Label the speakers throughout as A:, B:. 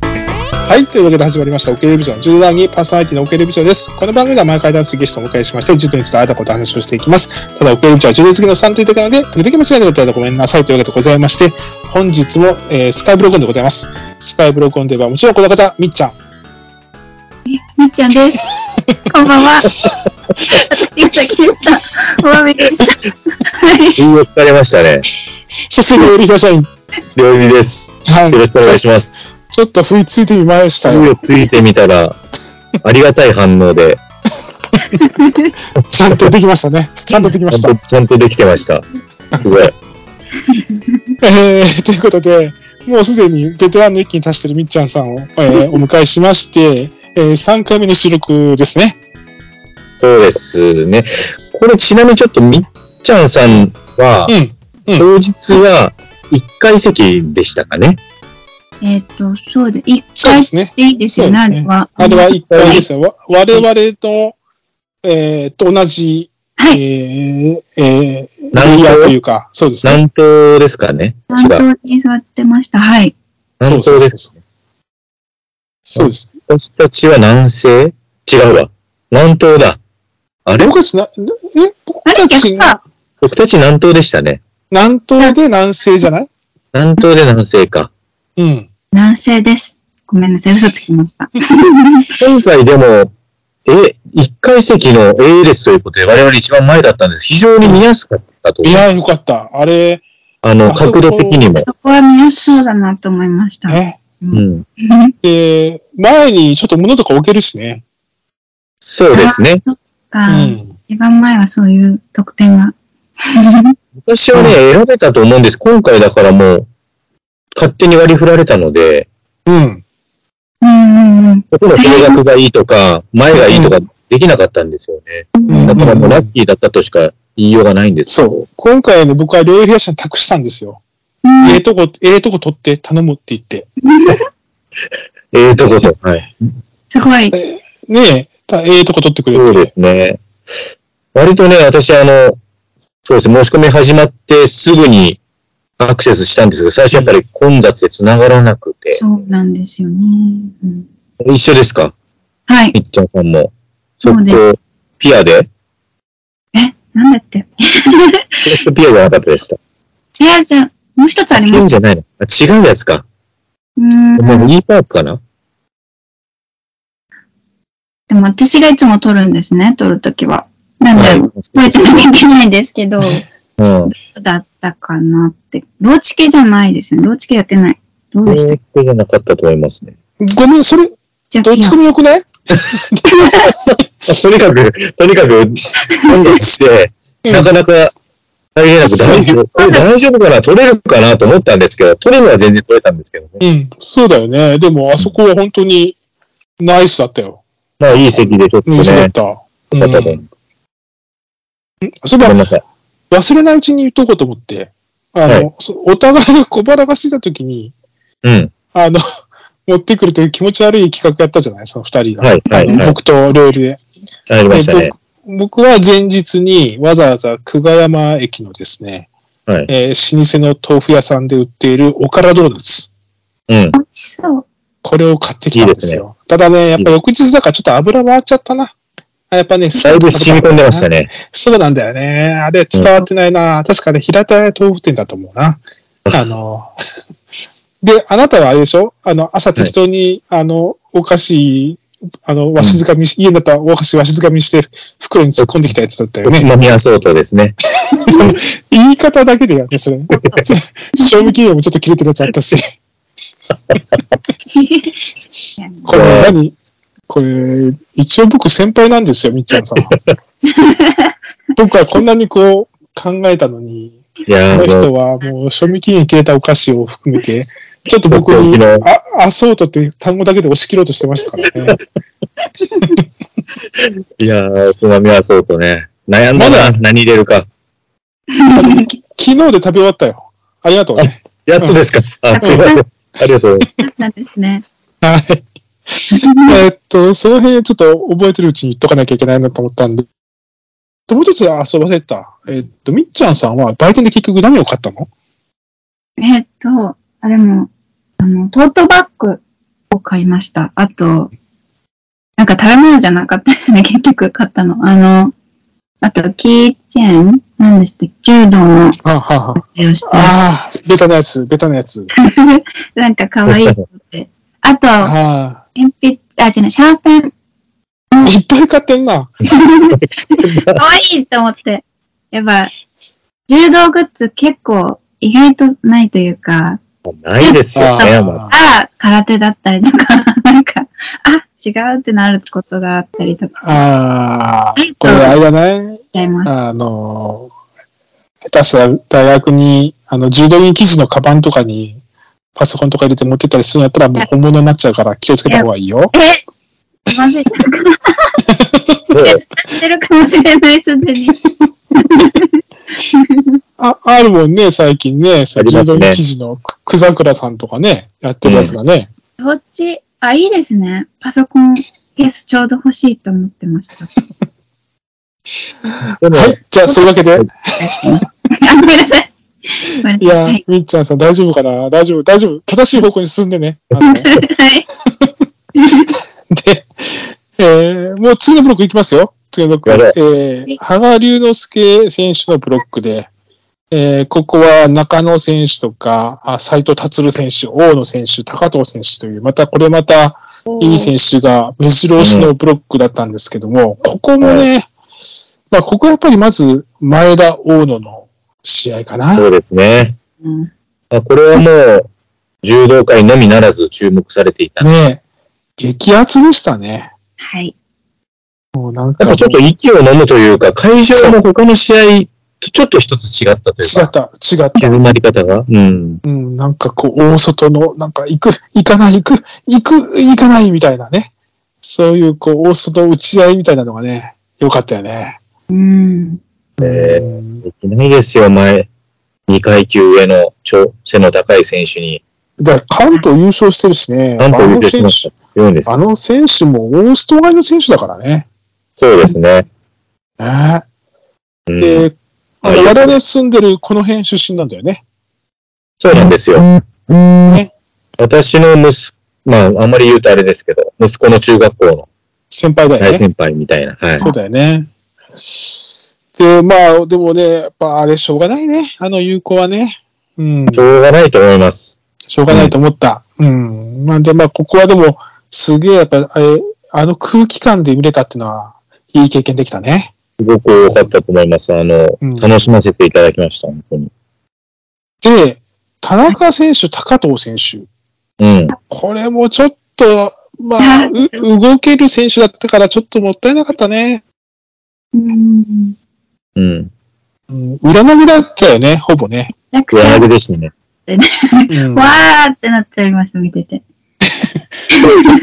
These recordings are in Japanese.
A: はい。というわけで始まりました、オケレビジョン。10段にパーソナリティのオケレビジョンです。この番組では毎回男性ゲストをお迎えしまして、術に伝えたことを話をしていきます。ただ、オケレビジョンは術次の3というなので、時々間違えたことはごめんなさいというわけでございまして、本日も、えースカイブログオンでございます。スカイブログオンではもちろんこの方、みっ ちゃん。
B: みっちゃんです。こんばんは。私が先でした。お詫びでした。はい。
C: いいお疲れましたね。
A: そして、料理表社員。
C: 料理です。
A: はい
C: よろしくお願い
A: ち
C: します。
A: ょっと不意ついてみましたよ。
C: 冬をついてみたら、ありがたい反応で、
A: ちゃんとできましたね。ちゃんとできまし
C: ち
A: た
C: ゃん。と、ちゃんとできてました。すごい。
A: えー、ということで、もうすでにベテランの域に達しているみっちゃんさんを、えーお迎えしまして、えー3回目の収録ですね。
C: そうですね。これちなみにちょっとみっちゃんさんは、
A: うん。
C: 当日は1階席でしたかね。
B: えっ、と、そうで、一
A: そうで
B: 回っ
A: すね。
B: ていいです
A: そう
B: よ
A: です
B: ね、あ
A: ね
B: れは。。
A: あれは1回ですすね。わ我々の、えーと同じ、
B: は
A: え
B: い。
A: ー、えー、レ
C: 南
A: イヤーとい
C: 東、
A: うか、そうですね。
C: 南東ですかね。違
B: 担
C: う。
B: 当に座ってました。はい。
A: そう
C: 南
A: そう
C: 東
A: そうそう。そ
C: で
A: うです。
C: 私たちは南西違うわ。南東だ。あれ
A: 僕たちな、なえ僕
B: あれ
A: た
B: 逆
A: ち
B: か。
C: 僕たち南東でしたね。
A: 南東で南西じゃない
C: 南東で南西か。
A: うん。
B: 男性です。ごめんなさい、嘘つきました。
C: 今回でも、え、一階席の A 列ということで、我々一番前だったんです。非常に見やすかったと
A: い
C: 思う。
A: や、よかった。あれ、
C: あの、
A: あそこ
C: 角度的にも。
B: そこは見やすそうだなと思いました。
A: ね。
C: うん。
A: で、前にちょっと物とか置けるしね。
C: そうですね。
A: う
B: か、
A: ん。
B: 一番前はそういう特典が。
C: 私はね、選べたと思うんです。今回だからもう、勝手に割り振られたので、
A: うん。
B: うんうんうん。
C: ここの方角がいいとか、前がいいとか、できなかったんですよね。
A: うん
C: だからもうラッキーだったとしか言いようがないんです。
A: そう。今回ね、僕は料理屋さんに託したんですよ。ええとこ、ええとこ取って頼むって言って。
C: ええとこと。はい。
B: すごい。
A: ねえ、たええとこ取ってくれ
C: そうで
A: て。
C: すね。割とね、私、あの、そうですね、申し込み始まってすぐにアクセスしたんですけど、最初やっぱり混雑で繋がらなくて。
B: そうなんですよね。うん、
C: 一緒ですか
B: はい。
C: みっちゃんさんも。そ
B: そう
C: こ
B: です、
C: ピアで
B: え、なんだって。
C: ちょっとピアじゃなかったですか
B: いや、じゃあ、もう一つあり
C: 違
B: ま
C: う
B: す。
C: んじゃないのあ違うやつか。
B: うーん。
C: もう E パークかな
B: でも私がいつも撮るんですね、撮るときは。なんで、
C: はい
B: 覚えてなきゃいけないんですけど、
C: うん。
B: だったかなって。ローチ系じゃないですよね。ローチ系やってない。どう
C: こ
B: でしたっ
C: れじゃなかったと思いますね。
A: ごめん、それ、
B: けじ
A: ど
B: ゃあ
A: っちでもよくない
C: とにかく、とにかく、混雑して、
A: うん
C: なかなか入れなく大丈夫、これ大丈夫かな取れるかなと思ったんですけど、取れるのは全然取れたんですけどね。
A: うん、そうだよね。でも、あそこは本当に、ナイスだったよ。
C: まあ、いい席でちょっと
A: うん、そうだっ
C: ね、
A: た。う。
C: 良かったと思うん
A: そういえ
C: ごめん
A: ば、
C: なさい。
A: 忘れないうちに言っとこうと思って。あの、
C: はい
A: そお互いが小腹が空いたときに、
C: うん。
A: あの、 持ってくるという気持ち悪い企画やったじゃないその二人が。
C: はい、はい、はい。
A: 僕と料理で。
C: ありました
A: えっ
C: ね
A: と。僕は前日にわざわざ久我山駅のですね、
C: はい
A: えー老舗の豆腐屋さんで売っているおからドーナツ。
C: うん。
B: 美味しそう。
A: これを買ってきたんですよ。ただね、やっぱ翌日だからちょっと油回っちゃったな。あやっぱね、
C: だいぶ染み込んでました
A: ね。
C: ね。
A: そうなんだよね。あれ伝わってないな。確かね、平田屋豆腐店だと思うな。あの、で、あなたはあれでしょあの、朝適当に、あの、お菓子、あの、わしづかみし、家だったらお菓子わしづかみして、袋に突っ込んできたやつだったよ
C: お
A: ね
C: つ。まみは相当ですね。
A: 言い方だけでやって、それ。 賞味期限もちょっと切れてるやつあったし。これ
C: えー
A: 何これ、一応僕先輩なんですよ、みっちゃんさ んは。僕はこんなにこう考えたのに、
C: い
A: この
C: やー、もう、
A: 人はもう賞味期限切れたお菓子を含めて、ちょっと僕
C: ちょっと
A: に
C: 昨日
A: あ、アソートっていう単語だけで押し切ろうとしてましたからね。
C: いやー、おつまみは相当ね。悩んだ
A: ま
C: な、何入れるか。
A: 昨日で食べ終わったよ。ありがとうね。
C: やっとですか。あ、すいま せん。ありがとうござい
B: そうなんですね。
A: はい。 えーっと、その辺ちょっと覚えてるうちに言っとかなきゃいけないなと思ったんで。ともう一つ、あ、そう忘れてた。えーっと、みっちゃんさんは売店で結局何を買ったの
B: えっと、あれも、あの、トートバッグを買いました。あと、なんか食べ物じゃなかったですね、 結局買ったの。あの、あと、キーチェーン何でしたっけ柔道の
A: ああ、はあ、は
B: 味をして、
A: ああー、ベタなやつ、ベタなやつ。
B: なんか可愛いと思って。あと、
A: あ
B: 鉛筆、あ、じゃない、シャーペン、
A: あ、いっぱい買ってんな。
B: 可愛いと思って。やっぱ、柔道グッズ結構意外とないというか、
C: ないですよね、ま
A: あ
B: あ、空手だったりとか、 なんか、あ、違うってなることがあったりとか
A: ああ、これあれだね。
B: しちゃいます。
A: あの、下手したら大学に、あの、柔道着生地のカバンとかに、パソコンとか入れて持ってったりするんやったら、もう本物になっちゃうから気をつけた方がいいよ。
B: えすいません、なんか
C: で
B: 知ってるかもしれない、すでに。
A: あ、あるもんね、最近ね。そ
C: あ
A: う
C: り
A: 柔
C: ます
A: 道
C: ね
A: 着生地のく桜さんとかね、やってるやつがね。
B: どっちあ、いいですね。パソコン、ケースちょうど欲しいと思ってました。
C: でも、
A: はい、じゃあ、そういうわけで
C: はい。
B: あ、ごめんなさい。ごめん
A: い
B: なさい。
A: や
B: はい
A: ー、。みっちゃんさん大丈夫かな大丈夫、大丈夫。正しい方向に進んでね。あのね
B: はい
A: で、えーもう次のブロックいきますよ。次のブロ
C: や
A: ッ
C: れ
A: ク。えー、羽賀龍之介選手のブロックで、えーここは中野選手とか、あ斉藤達選手、大野選手、高藤選手という、またこれまたいい選手が目白押しのブロックだったんですけども、ここもね、まあ、ここはやっぱりまず前田、大野の試合かな。
C: そうですね。
B: うん
C: まあ、これはもう、柔道界のみならず注目されていた。なん
A: ねえ、激アツでしたね。
B: はい。
A: もうなんか
C: かちょっと息を飲むというか、会場の他の試合とちょっと一つ違ったという
A: 違
C: か、
A: った、違った。
C: 静まり方が。うん。
A: うん、なんかこう、大外の、なんか行く、行かない、行く、行く、行かないみたいなね。そういう、こう、大外打ち合いみたいなのがね、良かったよね。
B: うん。
C: え
A: うん
C: できないですよ、前。2階級上の超背の高い選手に。
A: だから関東優勝してるしね。
C: なんと優
A: あ
C: 勝しま
A: の選
C: した。4で
A: 手
C: す。
A: あの選手もオーストラリアの選手だからね。
C: そうですね。
A: ね
C: うん
A: で、
C: はい
A: 我々住んでるこの辺出身なんだよね。
C: そうなんですよ。
A: ね
C: 私の息子、まあ、あんまり言うとあれですけど、息子の中学校の
A: 先輩だよ
C: 大
A: ね。
C: 先輩みたいな。はい。
A: そうだよね。で、まあ、でもね、やっぱあれ、しょうがないね。あの有効はね。うん。
C: しょうがないと思います。
A: しょうがないと思った。うん。なんで、まあ、ここはでも、すげえ、やっぱ、あれ、あの空気感で見れたっていうのは、いい経験できたね。
C: すごく良かったと思います。あの、
A: うん
C: 楽しませていただきました、本当に。
A: で、田中選手、高藤選手。
C: うん。
A: これもちょっと、まあ、う動ける選手だったから、ちょっともったいなかったね。
B: うん。め
C: うん。
A: うん、裏投げだったよね、ほぼね。
B: ちゃくちゃ
C: 上、手でしたね。
A: うん、
B: わ
A: 振
B: ーってなっちゃいました、見てて。
A: っ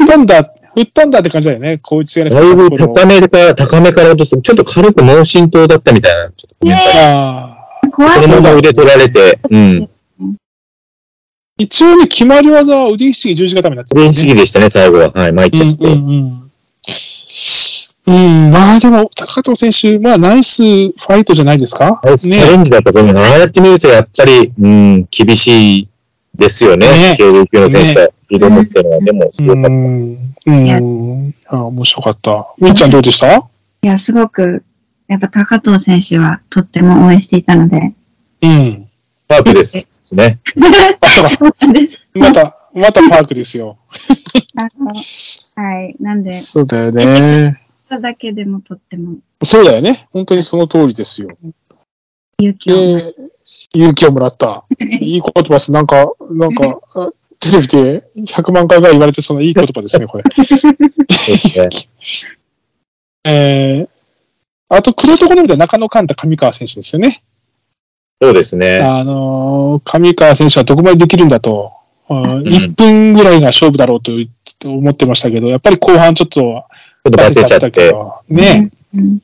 A: たんだ、振ったんだって感じだよね、高一がね。
C: だいぶ高めから、高めから落とす。ちょっと軽く脳震盪だったみたいな。ちょっとコメント
A: あー
B: 怖い
C: そのまま腕取られて、うん。
A: 一応ね、決まり技は腕ひしぎ十字固めになってたね
C: 不思議でしたね、最後は。はい、参っちゃって。
A: うんうんうん。うん、まあでも、高藤選手、まあナイスファイトじゃないですか
C: あれチャレンジだったと思う。ああやってみると、やっぱり、うん、厳しいですよ
A: ね
C: ね。軽量級の選手が挑むっていうのは、でも、す
A: う
C: ごかった。
A: ん。うん。あ面白かった。みっちゃんどうでした
B: いや、すごく、やっぱ高藤選手はとっても応援していたので。
A: うん。
C: パークですね。
B: そうなんです。
A: また、またパークですよ。
B: あのはい。なんで、
A: そうだよね。
B: ただけでもとっても
A: そうだよね。本当にその通りですよ。
B: 勇気を。
A: で、勇気をもらった。いい言葉です。なんか、なんか、あテレビで100万回ぐらい言われて、そのいい言葉ですね、これ。
C: そう ですね。
A: えー、あと、黒とこのみたい中野寛太上川選手ですよね。
C: そうですね。
A: あのー上川選手はどこまでできるんだと、うん
C: ん
A: 1分ぐらいが勝負だろうと思ってましたけど、やっぱり後半ちょっと
C: ちょっとバテちゃって。
A: ど、ね、
B: うん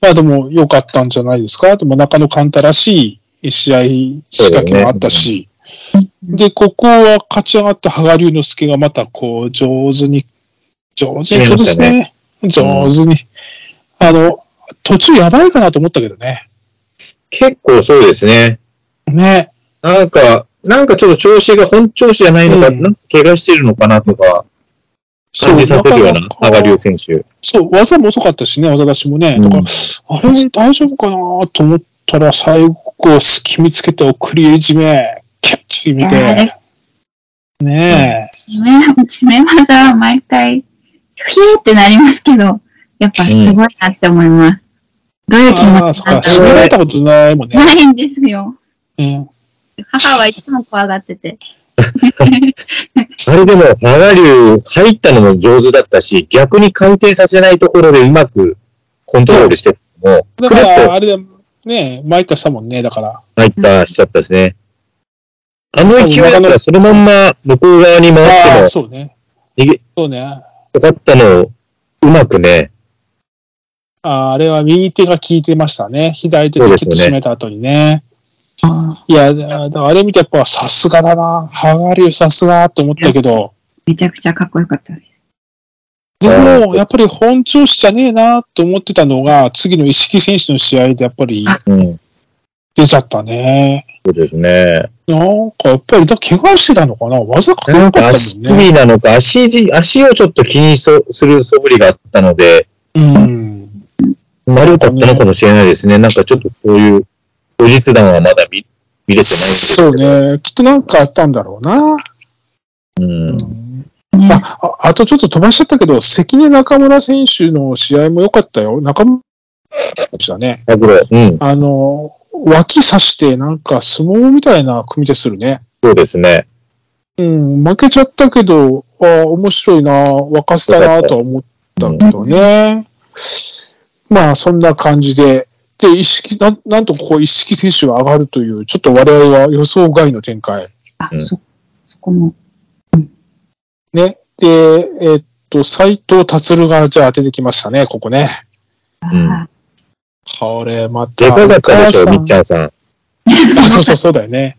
A: まあでも良かったんじゃないですか。でも中野寛太らしい試合仕掛けもあったし、
B: うん
A: で、ここは勝ち上がった羽賀龍之介がまたこう上手に、上手に、
C: 締め
A: そう
C: ま
A: で
C: し
A: す
C: た
A: ね。上手に。あの、途中やばいかなと思ったけどね。
C: 結構そうですね。
A: ね。
C: なんか、なんかちょっと調子が本調子じゃないのか、
A: うん
C: なんか怪我してるのかなとか、感じさせるような、
A: か
C: 長
A: か
C: 竜選手。
A: そう、技も遅かったしね、技出しもね。だから、あれ大丈夫かなと思ったら、最後、隙見つけて送り締め、キャッチ見
B: あ
A: て
B: れ。
A: ね
B: 締め、締め技は毎回、ひえってなりますけど、やっぱすごいなって思います。どう
A: え。
B: いう気
A: あ
B: 持
A: あ、
B: ち
A: そっか、
B: なんだ
A: 締めら
B: ろ
A: れたことないもん
B: う。な
A: ね。
B: いんですよ。
A: うん。
B: 母はいつも怖がってて。
C: あれでも、長竜入ったのも上手だったし、逆に回転させないところでうまくコントロールしても、
A: だ
C: く
A: か
C: るっ
A: ら、
C: と
A: あれだ、ねえ、参ったしたもんね、だから。
C: 入ったしちゃったですね。あの勢いだったらそのまんま向こう側に回
A: ああ、
C: って
A: そうね。
C: も逃げ、
A: そうね。
C: かかったのをうまくね、
A: ああれは右手が効いてましたね。左手でキュッと締めた後にね。いや、だだあれ見てやっぱさすがだな。ハガリューさすがと思ったけど、
B: めちゃくちゃかっこよかったです。
A: でもやっぱり本調子じゃねえなと思ってたのが、次の意識選手の試合でやっぱり
B: あ
C: うん、
A: 出ちゃったね。
C: そうですね。
A: なんかやっぱりだ怪我してたのかな技かけ
C: な
A: なん
C: か
A: かった
C: 足
A: もんね。
C: 首なのか、足じ、足をちょっと気にそする素振りがあったので、
A: うん。
C: 悪かったのかもしれないですね。なんかちょっとそういう後日談はまだ見見れて
A: そうね。きっとなんかあったんだろうな。
C: ない。うん。
B: ね、
A: あああとちょっと飛ばしちゃったけど、関根中村選手の試合も良かったよ。中村選手だね。
C: あ、これ、うん、
A: あの、脇刺して、なんか相撲みたいな組み手するね。
C: そうですね。
A: うん、負けちゃったけど、ああ、面白いな、沸かせたなとは思ったけどね。まあ、そんな感じで。で、一式、なんなんとここ一式選手が上がるという、ちょっと我々は予想外の展開。
B: あ
C: うん
B: そ、そこも。
A: ね。で、えっと、斎藤達がじゃあ出てきましたね、ここね。
C: うん
A: これ、また。
C: でかかったでし
A: お母
C: ょ、
A: さん
C: みっちゃんさん。
A: あ、 そうそう、そうだよね。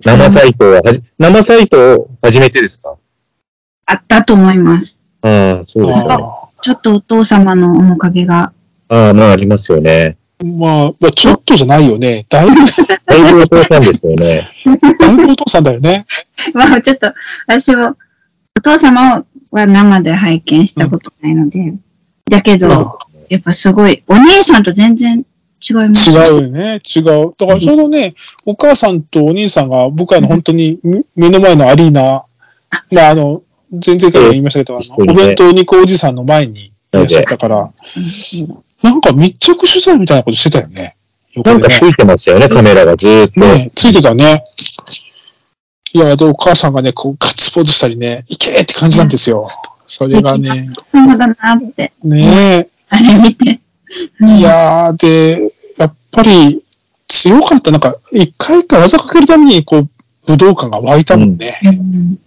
C: 生サイトははじ、生サイト初めてですか
B: あったと思います。
C: ああ、そうですよね。
A: あ
B: ちょっとお父様の面影 が。
C: ああ、まあありますよね。
A: あまあ、まあちょっとじゃないよね。だいぶ
C: だいぶお父さんですよ ね。
A: だいぶお父さんだよね。
B: まあ、ちょっと、私も、お父様は生で拝見したことないので。だけど、やっぱすごい、お姉さんと全然違います。
A: 違うよね。違う。だからちょうどね、お母さんとお兄さんが僕らの本当にみ目の前のアリーナ、まあ、あの、前々回も言いましたけど、あ
C: 一
A: の
C: 人
A: お
C: で
A: 弁当肉おじさんの前にいらっしゃったから、なんか密着取材みたいなことしてたよね。横
C: なん
A: で
C: か
A: ね
C: つ。いてましたよね、カメラがずーっと。
A: ねついてたね。いや、で、お母さんがね、こう、ガッツポーズしたりね、いけーって感じなんですよ。それがね、
B: そうだなって、
A: ねえ。
B: あれ見て。うん
A: いやー、で、やっぱり強かった。なんか、一回一回技かけるために、こう、武道館が湧いたもんね。
B: うん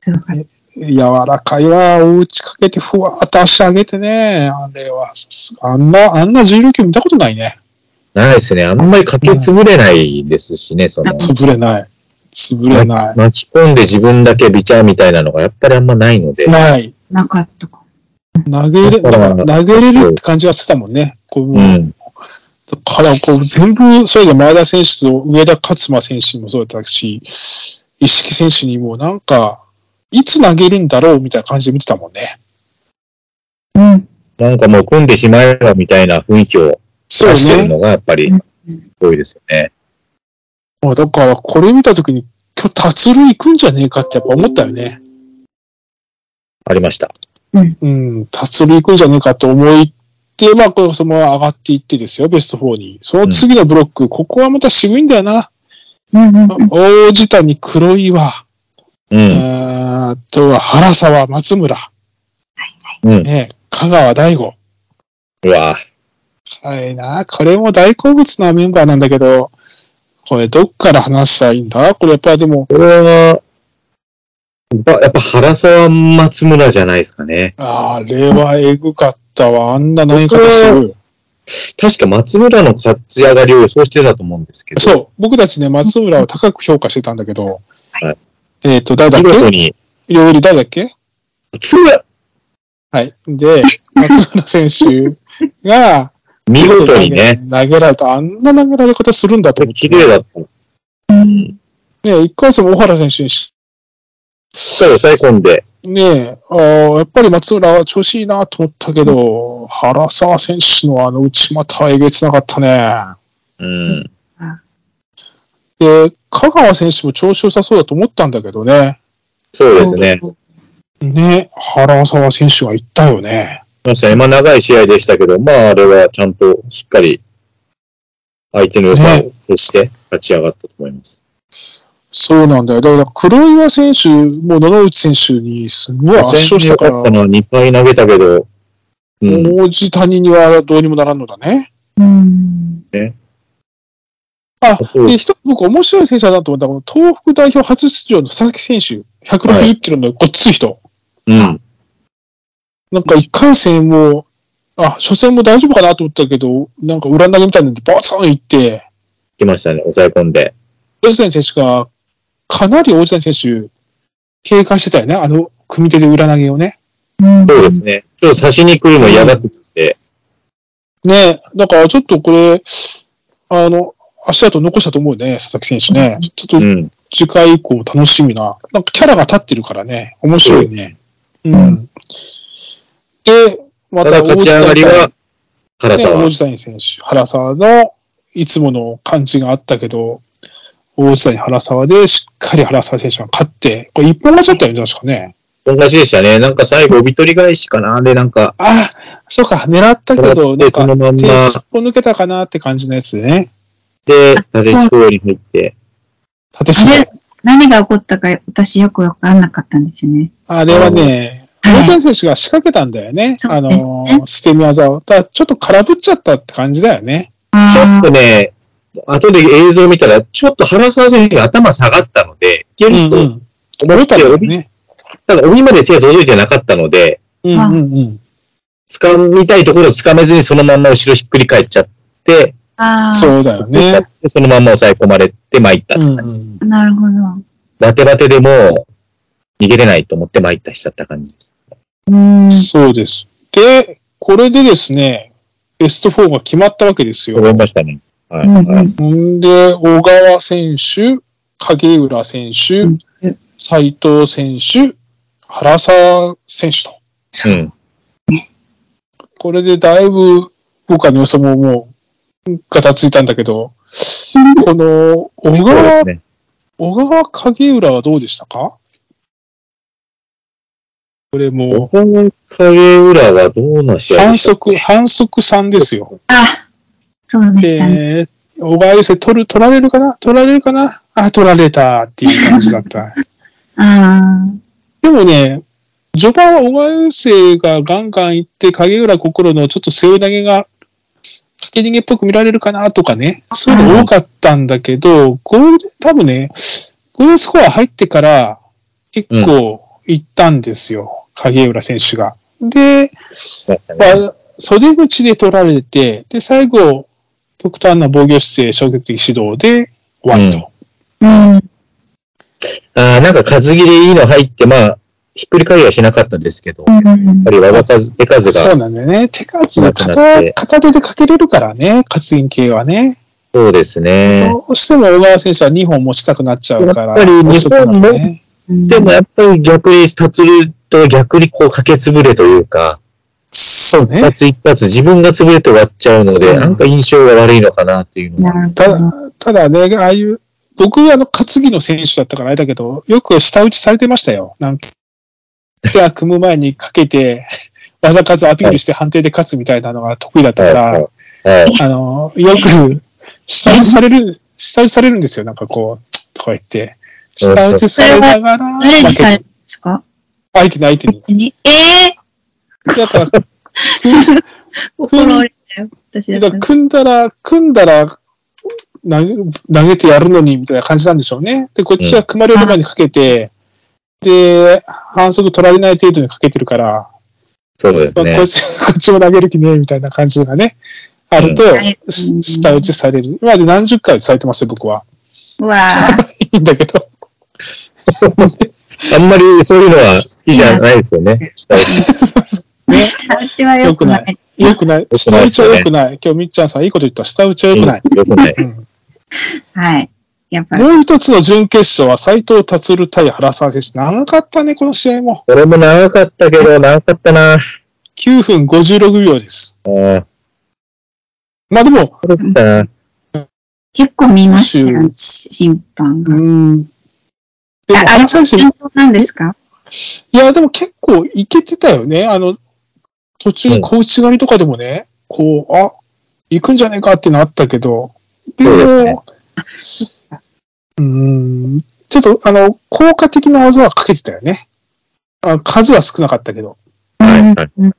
B: すごかった
A: 柔らかいわ、お打ちかけて、ふわーっと足上げてね。あれは、さすがあんな、あんな重量級見たことないね。
C: ないですね。あんまりかけ潰れないですしね、その。
A: 潰れない。潰れない。
C: 巻き込んで自分だけビチャーみたいなのがやっぱりあんまないので。
A: ない。
B: なかったかも。
A: 投げれ、
C: だから
A: 投げれるって感じがしてたもんね。こう、
C: うん。
A: だから、こう、全部、それが前田選手と上田勝馬選手にもそうだったし、一色選手にもなんか、いつ投げるんだろうみたいな感じで見てたもんね。
B: うん。
C: なんかもう組んでしまえばみたいな雰囲気を
A: そ
C: 出して
A: う
C: る
A: ね。
C: のがやっぱり
B: うん
C: 多いですよね。
A: あだから、これ見たときに、今日、達郎行くんじゃねえかってやっぱ思ったよね。
C: ありました。
A: うん、達郎行くんじゃねえかと思い、で、まあ、このそのまま上がっていってですよ、ベスト4に。その次のブロック、ここはまた渋いんだよな。
B: うんうんうん。
A: 大地谷、黒岩、
C: う
A: え
C: ん。
A: ーあとは原沢、松村、
C: うん。
A: ね、香川大吾。
C: うわ
A: はいな、これも大好物なメンバーなんだけど、これどっから話したらいいんだこれやっぱりでも、
C: これは、ばやっぱ原沢松村じゃないですかね。
A: あれはエグかったわ。あんな投げ方する。
C: 確か松村の勝ち上がりを予想してたと思うんですけど。う。
A: そう、僕たちね、松浦を高く評価してたんだけど、
C: はい
A: えっ、と、誰だっ
C: 見事
A: け
C: に、
A: 両襟誰だっけ
C: 松村
A: はい。 で、松村選手が、
C: 見事にね、
A: 投げられた。あんな投げられ方するんだと思って
C: 綺麗だった。
B: うん。
A: ね一回戦も小原選手にし
C: そう抑え込んで、
A: ねえ、あーやっぱり松浦は調子いいなと思ったけど、原沢選手のあの内股はえげつなかったね。
C: うん。
A: で、香川選手も調子良さそうだと思ったんだけどね。
C: そうですね。
A: ね、原沢選手が行ったよね。
C: そうですね。まあ長い試合でしたけど、まああれはちゃんとしっかり相手の良さを消して立ち上がったと思います。
A: そうなんだよ。だから黒岩選手も野々内選手にすごい圧勝したから、
C: 前半良かったのは2回投げたけど、うん。
A: 王子谷にはどうにもならんのだね。
B: うん。
A: あ、
C: そう
A: で、一つ僕面白い選手だなと思ったのはこの東北代表初出場の佐々木選手、160キロのごっつい人。
C: うん。
A: なんか一回戦も、あ、初戦も大丈夫かなと思ったけど、なんか裏投げみたいなんでバツンいって、
C: 来ましたね。抑え込んで。
A: 王子谷選手が、かなり王子谷選手、警戒してたよね。あの、組手で裏投げをね。
C: そうですね。ちょっと刺しに来るの嫌がって
A: ねだからちょっとこれ、あの、足跡残したと思うね、佐々木選手ね。ちょっと
C: うん。
A: 次回以降楽しみな。なんかキャラが立ってるからね、面白いね。うん。で、ま
C: ただ勝ち上がりは、原
A: ね、
C: 沢
A: 王。子谷選手、原沢のいつもの感じがあったけど、王子谷、原沢でしっかり原沢選手が勝って、これ一本勝ちだったよね、確かね。
C: 本勝ちでしたね。なんか最後、おび取り返しかな。で、なんか、
A: ああ、そうか、狙ったけど、なん
C: で、そ
A: か
C: の、まん
A: 手
C: ま、
A: すっぽ抜けたかなって感じのやつでね。
C: で、立て地方に入って、
A: 縦
B: あ
A: 島。
B: れ何が起こったか私よくわかんなかったんですよね。
A: あれはね、
B: はい
A: 王子谷選手が仕掛けたんだよね。
B: そ
A: あ
B: う
A: の
B: ですね
A: ー、捨て身技を。ただ、ちょっと空振っちゃったって感じだよね。
C: ちょっとね、後で映像見たら、ちょっと原沢選手が頭下がったので、いけ
A: う
C: る
A: んう
C: と、
A: ん。折れたよね。
C: ただ、鬼まで手が届いてなかったので、
A: うんうんうん。
C: 掴みたいところを掴めずにそのまんま後ろひっくり返っちゃって、
B: ああ、
A: そうだよ
C: 落ちちゃ
A: ね
C: っ。てそのまんま抑え込まれて参った。
A: うんうん。
B: なるほど。
C: バテバテでもう、逃げれないと思って参ったしちゃった感じです。
B: うん。
A: そうです。で、これでですね、ベスト4が決まったわけですよ。
C: 思いましたね。はい。
B: うん
C: は
B: う
C: い
B: ん
A: んで、小川選手、影浦選手
B: うん、
A: 斉藤選手、原沢選手と。
C: うん。
A: これでだいぶ、僕はの予想ももう、ガタついたんだけど、この、小
C: そうで
A: 川
C: す、ね。
A: 小川影浦はどうでしたかこれもう、
C: 本影裏はどうな試合で
A: 反
C: した
A: 則、反則3ですよ。
B: あ、そうでしたね。
A: で、小川優勢取る、取られるかな取られるかなあ、取られたっていう感じだ った。
B: あ
A: でもね、序盤は小川優勢がガンガン行って、影浦心のちょっと背負い投げが、かけ逃げっぽく見られるかなとかね、そういうの多かったんだけど、ゴールデン、多分ね、ゴールデンスコア入ってから結構行ったんですよ、影浦選手が。で、
C: ね
A: まあ、袖口で取られて、で、最後、極端な防御姿勢、消極的指導で終わると。
B: あ、うん。
C: あーなんか担ぎでいいの入って、まあ、ひっくり返りはしなかったんですけど、やっ
B: うん
C: ぱり技数、手数
A: そ
C: が
A: う、なんだよね。手数
C: な
A: が
C: くなって
A: 片片手でかけれるからね、活銀系はね。
C: そうですね。
A: どうしても小川選手は2本持ちたくなっちゃうから。
C: やっぱり
A: 遅くなるね
C: 日本
B: うん
C: でもやっぱり逆に立つと逆にこう駆け潰れというか、
A: そう
C: 一
A: ね。
C: 発一発自分が潰れて終わっちゃうので、
A: うん
C: なんか印象が悪いのかなっていうの
B: な
C: は。
B: るほ
A: た
B: ど。
A: だ、ただね、ああいう、僕はあの、担ぎの選手だったからあれだけど、よく下打ちされてましたよ。なんか、手は組む前にかけて、 技数アピールして判定で勝つみたいなのが得意だったから、
C: はいはい。
A: あの、よく、下打ちされる、下打ちされるんですよ。なんかこう、とか言って。
C: そうそう
A: 下打ちされながら、
B: 誰に
A: 負
B: さ
A: け
B: れるんですか
A: 相手に相手に。
B: 別に。ええ
A: だから、
B: 心折れちゃう。私だ
A: だ
B: っ
A: か
B: た
A: ら
B: ら。
A: 組んだら、組んだら、投げ投げてやるのに、みたいな感じなんでしょうね。で、こっちは組まれる前にかけて、で、反則取られない程度にかけてるから、
C: そうです
A: こっ
C: ね。
A: ちこっちも投げる気ねえ、みたいな感じがね、あると、
B: うん
A: し下打ちされる。今まで何十回打ちされてますよ、僕は。
B: うわぁ。
A: いいんだけど。
C: あんまりそういうのは好きじゃないですよね。下打ち
B: 下打ちは良くな
A: 良く
B: い。
A: よくない。
C: く
A: 下
C: ない
A: 打
C: です
A: ち
C: よ
A: は
C: ね
A: 良くない。今日みっちゃんさんいいこと言った。下打ちは良くない。
C: よくない。
A: うん
B: はい。やっぱり。
A: もう一つの準決勝は斉藤達対原沢選手。長かったね、この試合も。
C: これも長かったけど、長かったな。あ
A: 9分56秒です。
C: ー
A: まあでも、
C: 長かったな。
B: 結構見ましたよ、し審判
A: う
B: が。
A: ん。でも
B: ああれ
A: 原沢選手、
B: 本当なんですか
A: いや、でも結構いけてたよね。あの、途
C: う
A: 中、
C: ん
A: 小内刈りとかでもね、こう、あ、行くんじゃねえかっていうのあったけど、でも、
C: そうですね
A: うーん、ちょっと、あの、効果的な技はかけてたよね。あ数は少なかったけど。
C: はいはい
B: うん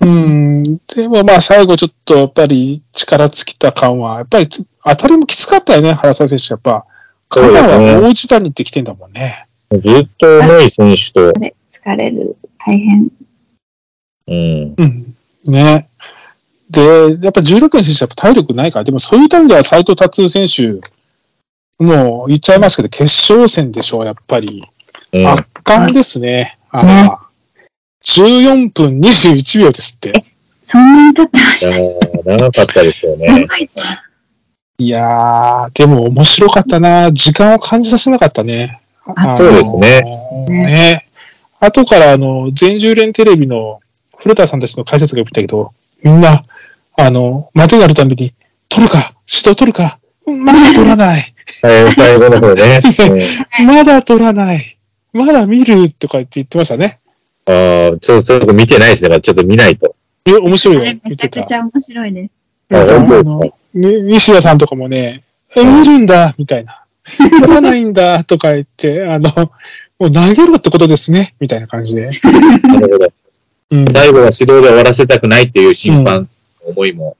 A: うーん、でもまあ最後ちょっとやっぱり力尽きた感は、やっぱり当たりもきつかったよね、原沢選手。やっぱ、
C: そ
A: 彼
C: うですね
A: は大一段に行ってきてんだもんね。
C: ずっと重い選手と、
B: 疲れる。大変。
C: うん。
A: うん。ね。で、やっぱ16の選手はやっぱ体力ないから、でもそういう点では斎藤達選手、もう言っちゃいますけど、決勝戦でしょう、やっぱり。
C: うん。
A: 圧巻ですね、あれは。14分21秒ですって。
B: そんなに経ってま
C: いや
B: し
C: ー長かったですよ
B: た。す
C: ね。
B: ごい。
A: いやー、でも面白かったな。時間を感じさせなかったね。あ
C: そうですね
A: のーね。後から、あの、全10連テレビの古田さんたちの解説が見たけど、みんな、あの、待てがあるために、取るか、指導取るか、まだ取らない、
C: 最後最後の方ね。 うん
A: まだ取らない、まだ見るとか言って言ってましたね。
C: ああ、ちょっと、ちょっと見てないですね。まあちょっと見ないと。
A: え、面白
B: あ
A: い
B: れ
A: よ。
B: め
A: 見
B: ち
A: て
B: ゃく
A: た
B: ち。ゃ面白いです。
C: あ
A: あ
C: 本当ですか
A: のね西田さんとかもね、え見るんだ、みたいな。取らないんだ、とか言って、あの、もう投げろってことですね、みたいな感じで。
C: なるほど。
A: うん
C: 最後は指導で終わらせたくないっていう審判の思いも。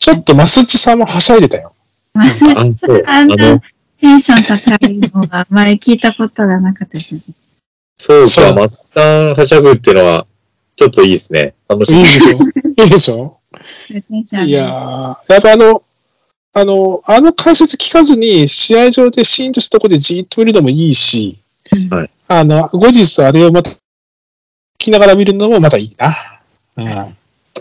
A: ちょっとマスチさんもはしゃいでたよ。
B: マス
C: あ
B: さ、
C: そうん
B: あん
C: あ
B: な
C: の
B: テンション高いのがあまり聞いたことがなかったです。
C: そう
A: そ
C: か、
A: う
C: 松さんはしゃぐっていうのは、ちょっといいですね。楽し
A: いい
C: み
A: で。しょ いいでしょ
B: テンション
A: いやー、やっぱあの、あの、あの解説聞かずに、試合上でシーンとしたとこでじーっと見るのもいいし、
C: はい
A: あの、後日あれをまた、聞きながら見るのもまたいいな。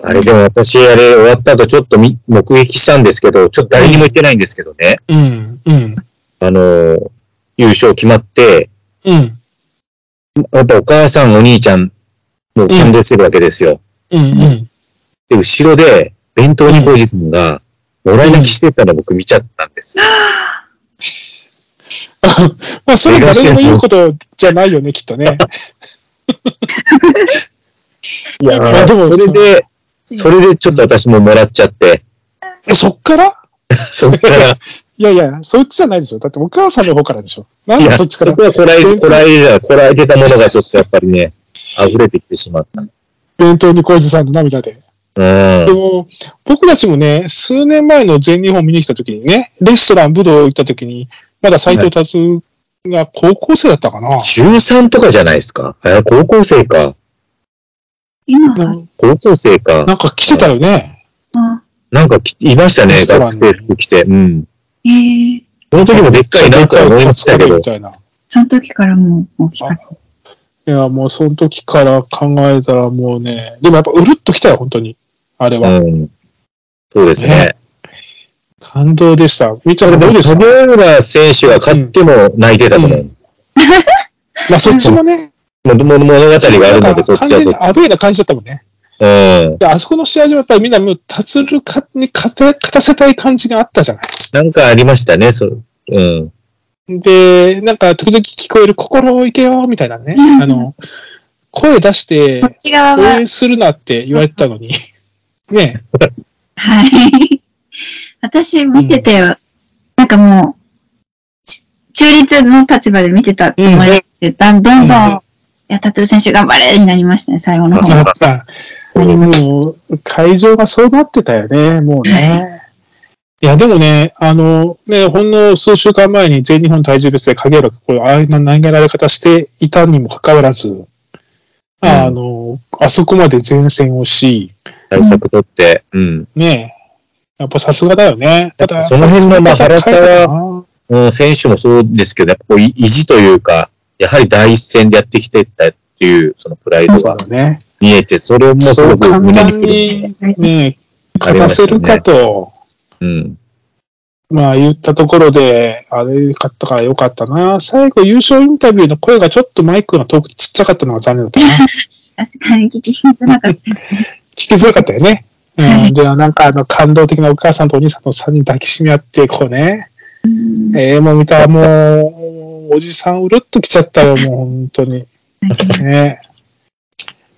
C: あれでも私、あれ終わった後ちょっとみ目撃したんですけど、ちょっと誰にも言ってないんですけどね。
A: うん。うん。うん。
C: あのー優勝決まって、
A: うん。
C: やっぱお母さん、お兄ちゃんも感動してるわけですよ。
A: うん。うん。
C: で、後ろで、弁当に後日さんが、もらい泣きしてたの僕見ちゃったんですよ。
A: まあ、それ誰でも言うことじゃないよね、きっとね。
C: い や
A: まあでも
C: それで、それでちょっと私ももらっちゃって、
A: え、そっから
C: そっから、
A: いやいや、そっちじゃないでしょ。だってお母さんの方からでしょ。なん
C: い
A: で
C: や、
A: そ
C: そ
A: っちから
C: こはこらえ、
A: 弁当
C: こらえじゃ、こらえてたものがちょっとやっぱりね、溢れてきてしまった。
A: 弁当に小路さんの涙で。
C: うん。
A: でも、僕たちもね、数年前の全日本見に来た時にね、レストラン武道行った時に、まだ斎藤達が高校生だったかな。
C: 中3とかじゃないですか。え、高校生か。
B: 今
A: な
B: は、
C: 高校生か
A: な。んか来てたよね。
B: あ
C: なんかきいました
A: レ
C: ね、
A: ストランに
C: 学生服着て。うん。
B: えー、
C: この時もでっかいなとは思いましたけど
A: み。たいな。
B: その時からもう大きかった。
A: いや、もうその時から考えたらもうね、でもやっぱうるっと来たよ、本当に。あれ
C: う
A: は。
C: ん。そうですね。
A: 感動でした。みっちゃんさんどうでした
C: 影浦選手が勝っても泣いてたと思う。
A: まあそっちもね、
C: もう物語があるので、そっ
A: 完
C: ちは
A: 全
C: そ
A: に
C: っち。
A: アウェーな感じだったもんね。
C: うん。
A: で、あそこの試合上やっぱりみんなもう、達るかに勝て、勝たせたい感じがあったじゃない。
C: なんかありましたね、そうん。
A: で、なんか時々聞こえる心をいけよ、みたいなね。あの、声出して
B: こっち側
A: 応
B: は、
A: 援するなって言われてたのに。ね
B: はい。私見てて、なんかもう、ち中立の立場で見てたつもりで、だんどんどん、
A: うん
B: いや、タトゥー選手頑張れになりましたね、最後の
A: え、
B: 方。
A: なった。もう、会場がそうなってたよね、もうね。いや、でもね、あの、ね、ほんの数週間前に全日本体重別で影浦がこう、ああいう投げられ方していたにもかかわらず、あの、あそこまで前線をし、
C: 対策取って。うん。
A: ねえ、やっぱさすがだよね。ただ、
C: その辺の、まあ、原沢、
A: 沢、
C: うん、選手もそうですけど、やっぱこう、い意地というか、やはり第一線でやってきてたっていう、そのプライド
A: そう
C: が
A: だね。
C: 見えて、それもす
A: そ
C: ご
A: う
C: く
A: 簡
C: 胸
A: 単
C: にするもの。
A: にね、勝たせるかと、
C: うん。
A: まあ言ったところで、あれ買ったからよかったな。最後優勝インタビューの声がちょっとマイクの遠くちっちゃかったのが残念だった な。
B: 確かに聞きづらかったですね。
A: 聞きづらかったよね。
B: は
A: う
B: い
A: ん。で、なんかあの感動的なお母さんとお兄さんの3人抱きしめ合って、こうね。
B: うん
A: ええもう見たらもう、おじさんうるっときちゃったよ、もう本当に。ね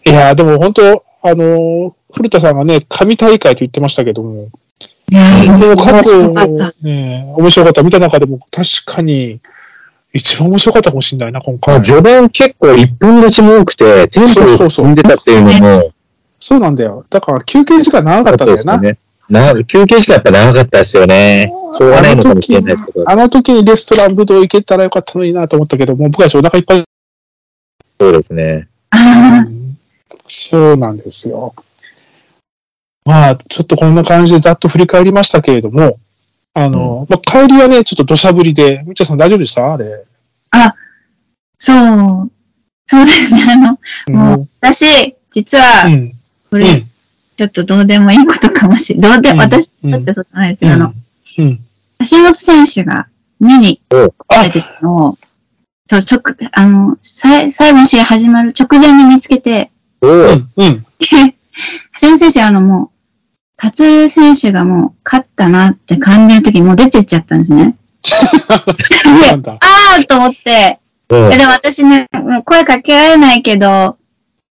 A: いやー、でも本当、あのー古田さんがね、神大会と言ってましたけども、
B: いやー、
A: でも過
B: 面
A: 去
B: 白かった。、
A: ね、面白かった見た中でも、確かに、一番面白かったかもしれないな、今
C: まあ
A: 回。
C: 序盤結構一本勝ちも多くて、テンポ
A: そうそ
C: を
A: うそう
C: 踏んでたっていうのも、
A: そうなんだよ。だから休憩時間長かったんだよな。
C: ね。長く休憩時間やっぱ長かったですよね。しょうがないのかもしれないですけど。
A: あの時にレストランぶどう行けたらよかったのになと思ったけど、もう僕たちお腹いっぱい
C: そうですね。
B: あ
A: そうなんですよ。まあ、ちょっとこんな感じでざっと振り返りましたけれども、あの、まあ、帰りはね、ちょっと土砂降りで、みっちゃんさん大丈夫でしたあれ。
B: そう。そうですね。あの、もう、私、実
A: う
B: は、
A: ん。
B: こ
A: うん。
B: れ、ちょっとどうでもいいことかもしれない。どうで
A: うん
B: も、私
A: うん
B: だってそうじゃないですけ
A: う
B: ど、あ
A: ん
B: の、
A: うん。
B: 橋本選手が見に
C: お
B: 来てたのを、そう、直、あの、さい最後の試合始まる直前に見つけて、
C: お
A: う。
C: うん
A: うん。
B: で、橋本選手はあのもう、達選手がもう勝ったなって感じるときにもう出てっちゃったんですね。
A: そうなんだ。
B: あーと思って、
C: おう
B: いやでも私ね、もう声かけられないけど、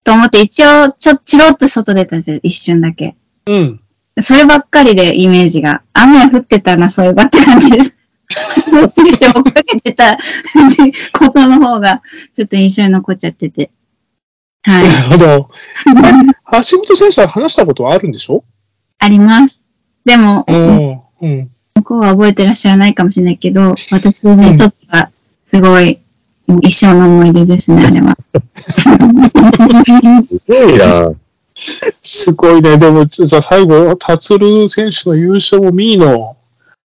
B: と思って一応、ちょ、チロッと外出たんですよ、一瞬だけ。
A: うん。
B: そればっかりで、イメージが。雨降ってたな、そういえばって感じです。そうして追っかけてたことの方が、ちょっと印象に残っちゃってて。はい。
A: なるほど。橋本選手は話したことはあるんでしょ
B: あります。でも、
A: うん。うん。
B: 向こうは覚えてらっしゃらないかもしれないけど、私にとっては、すごい、もう一生の思い出ですね、あ れは。
C: すごいな。
A: すごいね。でも、じゃあ最後、達郎選手の優勝も見ーの、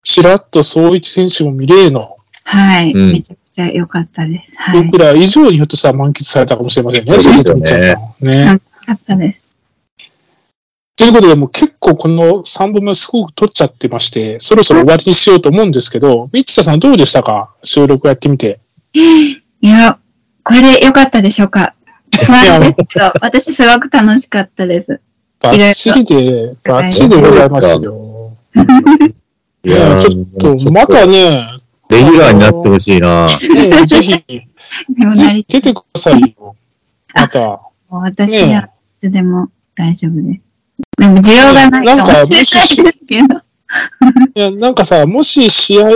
A: しらっと総一選手も見れーの、
B: はい。
C: うん
B: めちゃくちゃ良かったです。はい。
A: 僕ら以上にひょっとしたら満喫されたかもしれませんね。
C: そうですよ
A: そう
C: ね
A: するとみっちゃんさんね。
B: 楽しかったです。
A: ということで、もう結構この3本目すごく取っちゃってまして、そろそろ終わりにしようと思うんですけど、みっちゃんさんどうでしたか収録やってみて。
B: いや、これで良かったでしょうか不安ですけど、私すごく楽しかったです。
A: バッチリで、バッチリでございますよ。
C: い
A: いや
C: ー
A: ちょっと、またね、
C: レギュラーになってほしいな。
A: うんぜひ、
B: でもなり、
A: 出てくださいよ。また。
B: もう私はいつでも大丈夫です。でも需要がないかもしれないですけど。
A: いや、なんかさ、もし試合、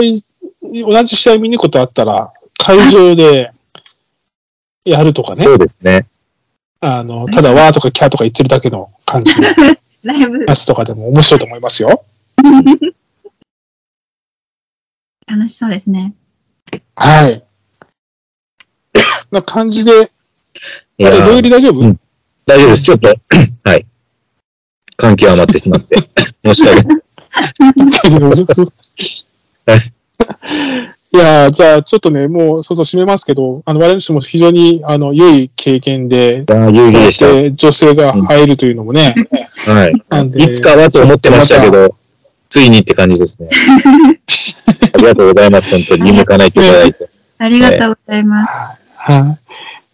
A: 同じ試合見に行くことあったら、会場でやるとかね
C: そ。うですね。
A: あの、ただわーとかキャーとか言ってるだけの感じの
B: ライブ
A: やつとかでも面白いと思いますよ。
B: 楽しそうですね。
A: はい。な感じで、
C: い
A: あ
C: や
A: れ、ロイ
C: ー
A: リ大丈夫、
C: うん大丈夫です。ちょっと、はい。感極まってしま って。申し訳ない。
A: いやーじゃあ、ちょっとね、もう、そうそう、締めますけど、あの、我々も非常に、あの、良い経験で、
C: ああ、有意義でし
A: えー女性が入るというのも ね、
C: た。は
A: なんで
C: い。いつかはと思ってましたけど、ついにって感じです ね。ありがとうございます。本当に。見向かないといただいて。
B: ありがとうございます。
A: はい。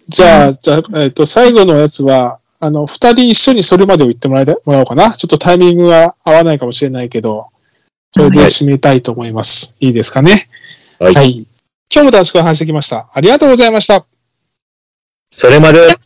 A: じゃあ、じゃあ、えっ、と、最後のやつは、あの、二人一緒にそれまでを言ってもらえたもらおうかな。ちょっとタイミングが合わないかもしれないけど、これで締めたいと思います。いいですかね。
C: はい
A: 今日も楽しくお話してきました。ありがとうございました。
C: それまで。